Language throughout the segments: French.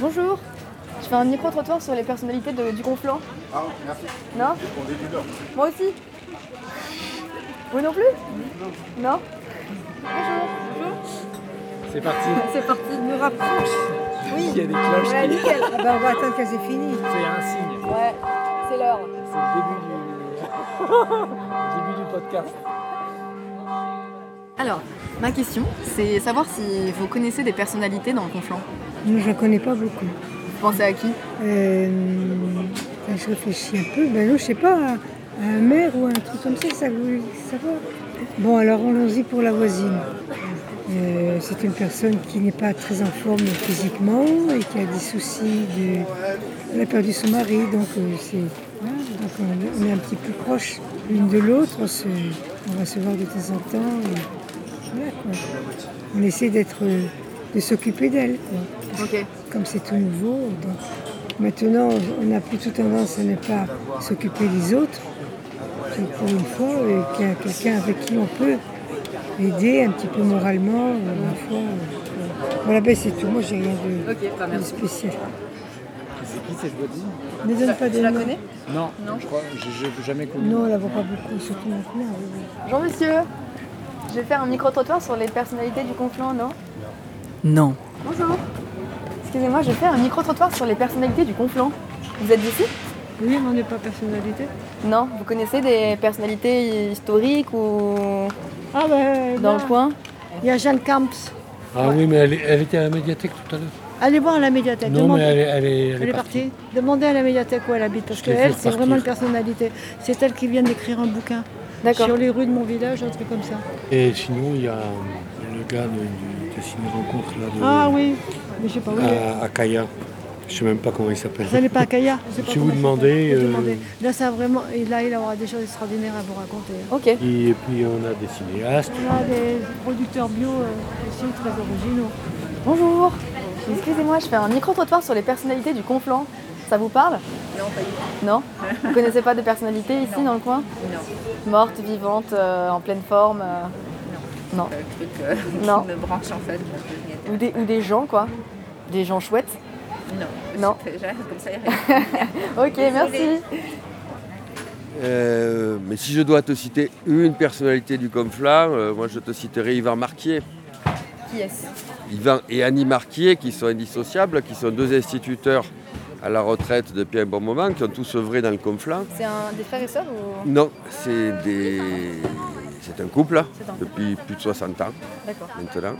Bonjour, je fais un micro-trottoir sur les personnalités de- du conflant. Ah, merci. Non On est d'une heure. Moi aussi Vous non plus Non C'est parti. C'est parti, nous rapproche. Il y a des cloches Ouais, qui... nickel. Ah bah, ben, on va attendre que c'est fini. C'est un signe. Ouais, c'est l'heure. C'est le début du... le début du podcast. Alors, ma question, c'est savoir si vous connaissez des personnalités dans le conflant. Nous, j'en connais pas beaucoup. Vous pensez à qui Euh, ben, je réfléchis un peu. Ben, non, je sais pas, à, à un maire ou un truc comme ça, ça vous ça va. Bon, alors allons-y pour la voisine. Euh, c'est une personne qui n'est pas très en forme physiquement et qui a des soucis. De... Elle a perdu son mari, donc euh, c'est. voilà, donc on, on est un petit peu proches l'une de l'autre. On, se- on va se voir de temps en temps. et voilà, quoi. On essaie d'être, euh, de s'occuper d'elle. quoi Ok. comme c'est tout nouveau. donc maintenant, on n'a plutôt tendance à ne pas s'occuper des autres. que pour une fois, euh, qu'il y a quelqu'un avec qui on peut aider un petit peu moralement. euh, ma foi, euh, voilà, ben c'est tout. Moi, j'ai rien de, Ok, bah de spécial. C'est qui cette voisine Ne donne pas de Tu la nom. connais Non, je crois, j'ai j'ai jamais connu. Non, on la voit pas beaucoup, surtout hein. maintenant. oui, oui. Jean Monsieur, je vais faire un micro-trottoir sur les personnalités du conflant, non Non. Bonjour Excusez-moi, je fais un micro-trottoir sur les personnalités du conflant. Vous êtes d'ici Oui, mais on n'est pas personnalité. Non, vous connaissez des personnalités historiques ou Ah ben, dans le coin il y a Jeanne Camps. Ah oui, mais elle, est- elle était à la médiathèque tout à l'heure. Allez voir à la médiathèque. Non, Demande- mais elle, est- elle est, Elle est partie. Demandez à la médiathèque où elle habite, parce Je que l'ai elle, fait c'est vraiment partir. une personnalité. C'est elle qui vient d'écrire un bouquin D'accord. sur les rues de mon village, un truc comme ça. Et sinon, il y a euh, le gars de, du- de Ciné Rencontre là, de, Ah oui, mais je sais pas où. elle est. à, à Kaya. Je sais même pas comment il s'appelle. Vous n'allez pas à Kaya je sais pas Si comment vous elle demandez, s'appelle. euh, Demandez. Là, ça a vraiment... et là, il aura des choses extraordinaires à vous raconter. hein. Ok. Et, et puis on a des cinéastes. On a des producteurs bio euh, aussi très originaux. Bonjour Excusez-moi, je fais un micro-trottoir sur les personnalités du conflant. Ça vous parle Non, pas du tout. Non Vous connaissez pas de personnalités ici dans le coin Non. Morte, vivante, en pleine forme euh, Non. Non. euh, me branche en fait. parce que je m'y Ou, des, ou des gens, quoi. Des gens chouettes. attends. Non, Non. c'est déjà comme ça, il reste. Ok, merci. Euh, mais si je dois te citer une personnalité du Conflans, euh, moi je te citerai Yvan Marquier. Qui est-ce Yvan et Annie Marquier, qui sont indissociables, qui sont deux instituteurs à la retraite depuis un bon moment, qui ont tous œuvré dans le Conflans. C'est un des frères et sœurs ou Non, c'est des... c'est un couple, C'est un couple. depuis plus de 60 ans. D'accord. maintenant,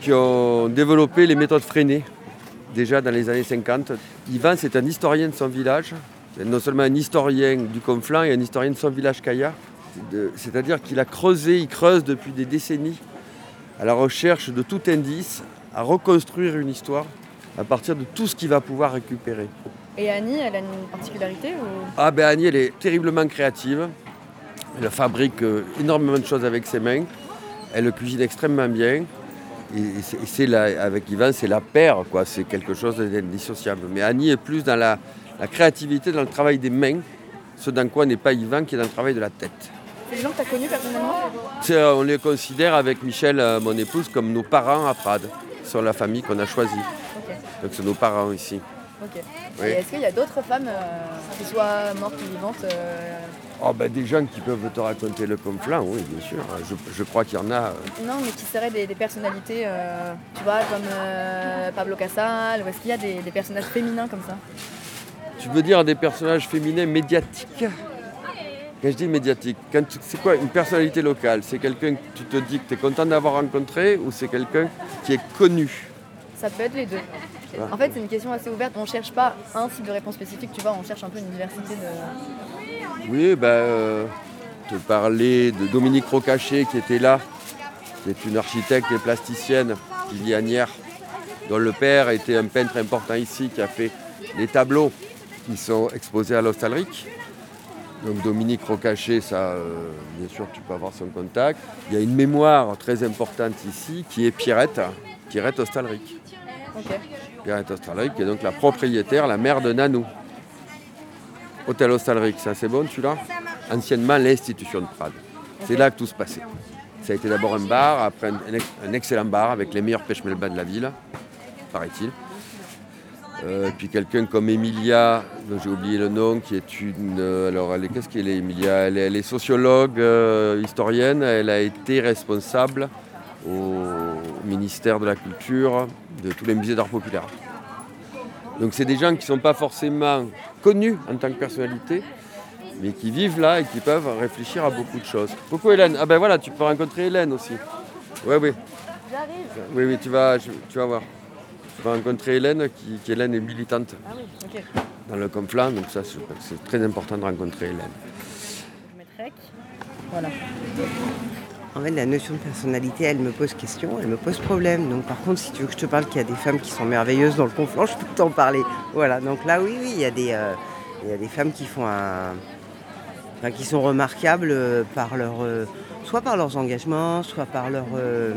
qui ont développé les méthodes freinées déjà dans les années 50. Yvan, c'est un historien de son village, C'est non seulement un historien du Conflans et un historien de son village Kaya, De- c'est-à-dire qu'il a creusé, il creuse depuis des décennies à la recherche de tout indice, à reconstruire une histoire à partir de tout ce qu'il va pouvoir récupérer. Et Annie, elle a une particularité ou Ah ben Annie, elle est terriblement créative. Elle fabrique euh, énormément de choses avec ses mains. Elle le cuisine extrêmement bien. Et, et c'est- et c'est la- avec Yvan, c'est la paire, quoi. C'est quelque chose d'indissociable. Mais Annie est plus dans la, la créativité, dans le travail des mains. Ce dans quoi n'est pas Yvan, qui est dans le travail de la tête. C'est des gens que t'as connus personnellement C'est, euh, on les considère avec Michel, euh, mon épouse, comme nos parents à Prades. Ce sont la famille qu'on a choisie. Donc c'est nos parents ici. Ok. Oui. Et est-ce qu'il y a d'autres femmes, euh, qui soient mortes ou vivantes euh, Oh ben, des gens qui peuvent te raconter le conflant, oui, bien sûr. hein. Je, je crois qu'il y en a. euh, Non, mais qui seraient des, des personnalités, euh, tu vois, comme euh, Pablo Casal, ou est-ce qu'il y a des, des personnages féminins comme ça Tu veux dire des personnages féminins médiatiques Quand je dis médiatique, quand tu- c'est quoi une personnalité locale C'est quelqu'un que tu te dis que tu es content d'avoir rencontré ou c'est quelqu'un qui est connu Ça peut être les deux. Ouais. En fait, c'est une question assez ouverte. On cherche pas un type de réponse spécifique, tu vois, on cherche un peu une diversité de. Oui, ben, euh, te parler de Dominique Rocaché qui était là, qui est une architecte et plasticienne qui vit à Nières, dont le père était un peintre important ici, qui a fait les tableaux qui sont exposés à l'Ostalric. Donc Dominique Rocaché, ça, euh, bien sûr, tu peux avoir son contact. Il y a une mémoire très importante ici qui est Pierrette, hein, Pierrette Ostalric. Ok. Pierrette Ostalric qui est donc la propriétaire, la mère de Nanou. Hôtel Ostalric, ça c'est bon celui-là Anciennement l'institution de Prades. C'est là que tout se passait. Ça a été d'abord un bar, après un, un ex- un excellent bar avec les meilleurs pêche melba de la ville, paraît-il. Euh, puis quelqu'un comme Emilia, dont j'ai oublié le nom, qui est une. euh, alors, elle est- qu'est-ce qu'elle est, Emilia elle est, elle est sociologue, euh, historienne. Elle a été responsable au ministère de la Culture de tous les musées d'art populaire. Donc, c'est des gens qui ne sont pas forcément connus en tant que personnalité, mais qui vivent là et qui peuvent réfléchir à beaucoup de choses. Coucou Hélène. Ah ben voilà, tu peux rencontrer Hélène aussi. Oui, oui. J'arrive. Oui, oui, tu vas, je- tu vas voir. Tu vas rencontrer Hélène, qui, qui, Hélène est militante Ah oui, ok. dans le conflant, donc ça c'est c'est très important de rencontrer Hélène. Je mets rec. En fait, la notion de personnalité, elle me pose question, elle me pose problème. Donc, par contre, si tu veux que je te parle qu'il y a des femmes qui sont merveilleuses dans le conflant, je peux t'en parler. Voilà. Donc là, oui, oui, il y a des, euh, il y a des femmes qui font un, enfin, qui sont remarquables euh, par leur, euh, soit par leurs engagements, soit par leur, euh,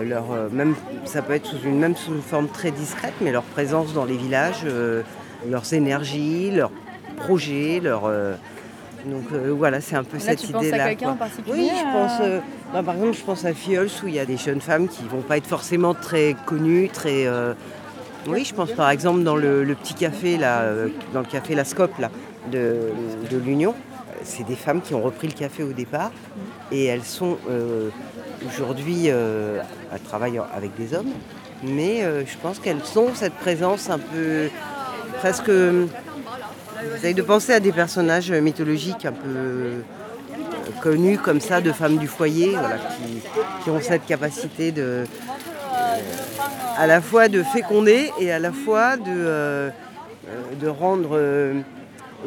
euh, leur, euh, même, ça peut être sous une même sous une forme très discrète, mais leur présence dans les villages, euh, leurs énergies, leurs projets, leur. euh, donc euh, voilà, c'est un peu Là, cette tu idée-là. penses à quelqu'un quoi. en particulier Oui, je euh, pense. euh, bah, par exemple, je pense à Fiols où il y a des jeunes femmes qui vont pas être forcément très connues, très. euh, Oui, je pense par exemple dans le, le petit café là, euh, dans le café La Scope là, de, de l'Union. euh, C'est des femmes qui ont repris le café au départ et elles sont euh, aujourd'hui, euh, elles travaillent avec des hommes, mais euh, je pense qu'elles ont cette présence un peu presque. J'essaye de penser à des personnages mythologiques un peu connues comme ça de femmes du foyer, voilà, qui, qui ont cette capacité de, euh, à la fois de féconder et à la fois de, euh, euh, de rendre euh,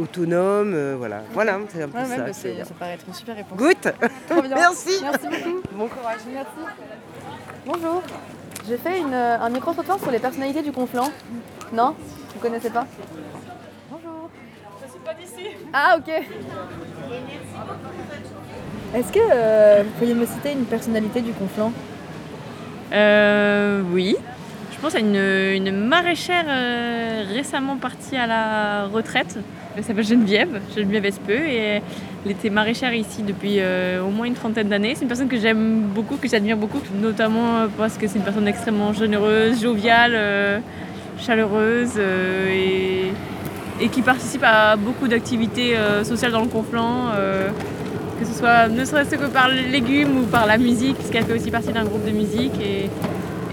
autonome. euh, voilà, voilà c'est un peu Ouais, ouais, ça. bah, c'est- c'est- ça paraît être une super réponse. Goutte Trop bien. Merci. Merci beaucoup. Bon courage. Merci. Bonjour. J'ai fait une, euh, un micro-trottoir sur les personnalités du Conflent. Non Vous connaissez pas Bonjour. Je suis pas d'ici. Ah, ok. Est-ce que euh, vous pourriez me citer une personnalité du Conflent Euh, oui. Je pense à une, une maraîchère euh, récemment partie à la retraite. Elle s'appelle Geneviève, Geneviève Espeux, et elle était maraîchère ici depuis euh, au moins une trentaine d'années. C'est une personne que j'aime beaucoup, que j'admire beaucoup, notamment euh, parce que c'est une personne extrêmement généreuse, joviale, euh, chaleureuse euh, et, et qui participe à beaucoup d'activités euh, sociales dans le conflant. euh, que ce soit ne serait-ce que par les légumes ou par la musique, parce qu'elle fait aussi partie d'un groupe de musique. Et,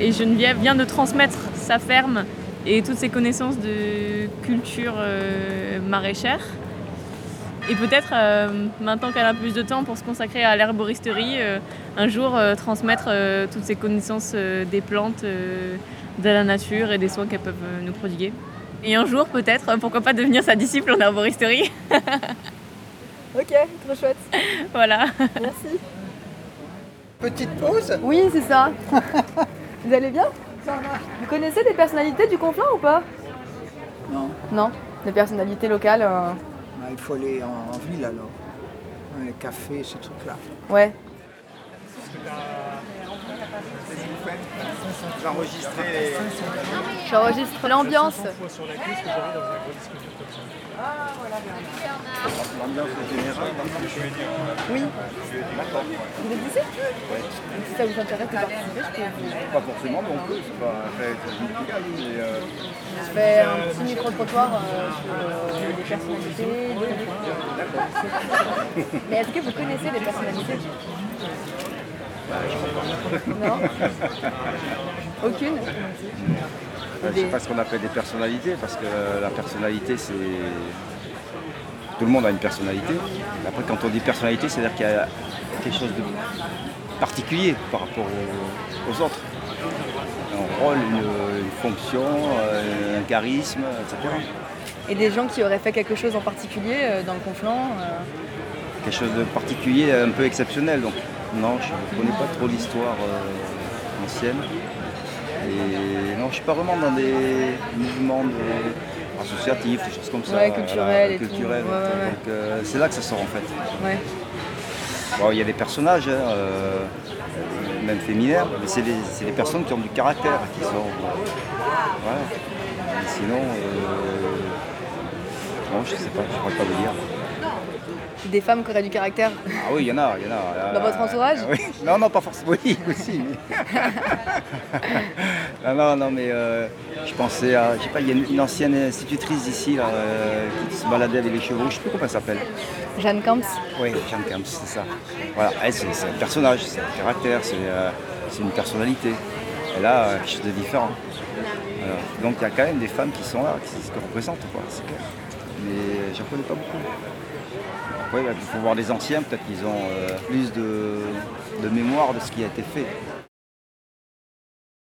et Geneviève vient de transmettre sa ferme et toutes ses connaissances de culture euh, maraîchère. Et peut-être, euh, maintenant qu'elle a plus de temps pour se consacrer à l'herboristerie, euh, un jour euh, transmettre euh, toutes ses connaissances euh, des plantes, euh, de la nature et des soins qu'elles peuvent euh, nous prodiguer. Et un jour, peut-être, euh, pourquoi pas devenir sa disciple en herboristerie Ok, trop chouette. Voilà. Merci. Petite pause Oui, c'est ça. vous allez bien Vous connaissez des personnalités du Conflent ou pas Non, Non. Des personnalités locales euh, bah, il faut aller en, en ville alors. Dans Les cafés, ces trucs-là. Ouais. J'enregistrais J'enregistre l'ambiance. l'ambiance générale. Oui. Vous êtes ici Si ça vous intéresse de participer, je peux Pas forcément, mais on peut. C'est pas très compliqué. mais, euh, je fais un petit micro-trottoir euh, sur euh, des personnalités. des- Mais est-ce que vous connaissez des personnalités Non Aucune Euh, je sais pas ce qu'on appelle des personnalités, parce que euh, la personnalité, c'est. Tout le monde a une personnalité. Après, quand on dit personnalité, c'est-à-dire qu'il y a quelque chose de particulier par rapport au- aux, autres. Un rôle, une, une fonction, euh, un charisme, etc. Et des gens qui auraient fait quelque chose en particulier euh, dans le conflant euh, Quelque chose de particulier, un peu exceptionnel. Donc, non, je ne connais pas trop l'histoire euh, ancienne. Et non, je suis pas vraiment dans des mouvements de- associatifs, des choses comme ça. Ouais, culturel et tout. culturel. Ouais, ouais, ouais. Donc, euh, c'est là que ça sort en fait. Ouais. Bon, il y a des personnages, hein, euh, même féminins, mais c'est des, c'est des personnes qui ont du caractère, qui sont. voilà. Mais Sinon, euh, non, je sais pas, je ne pourrais pas vous dire. Des femmes qui auraient du caractère Ah oui, il y en a, il y en a. Ah Dans votre entourage Oui. Non, non, pas forcément. Oui, aussi. non, Ah non, non, mais euh, je pensais à. Je sais pas, il y a une, une ancienne institutrice ici là, euh, qui se baladait avec les chevaux, je sais plus comment elle s'appelle. Jeanne Camps Oui, Jeanne Camps, c'est ça. Voilà, elle, c'est c'est un personnage, c'est un caractère, c'est euh, c'est une personnalité. Elle a euh, quelque chose de différent. Voilà. donc il y a quand même des femmes qui sont là, qui se représentent, quoi, c'est clair. Mais j'en connais pas beaucoup. Après, il faut voir les anciens, peut-être qu'ils ont euh, plus de, de mémoire de ce qui a été fait.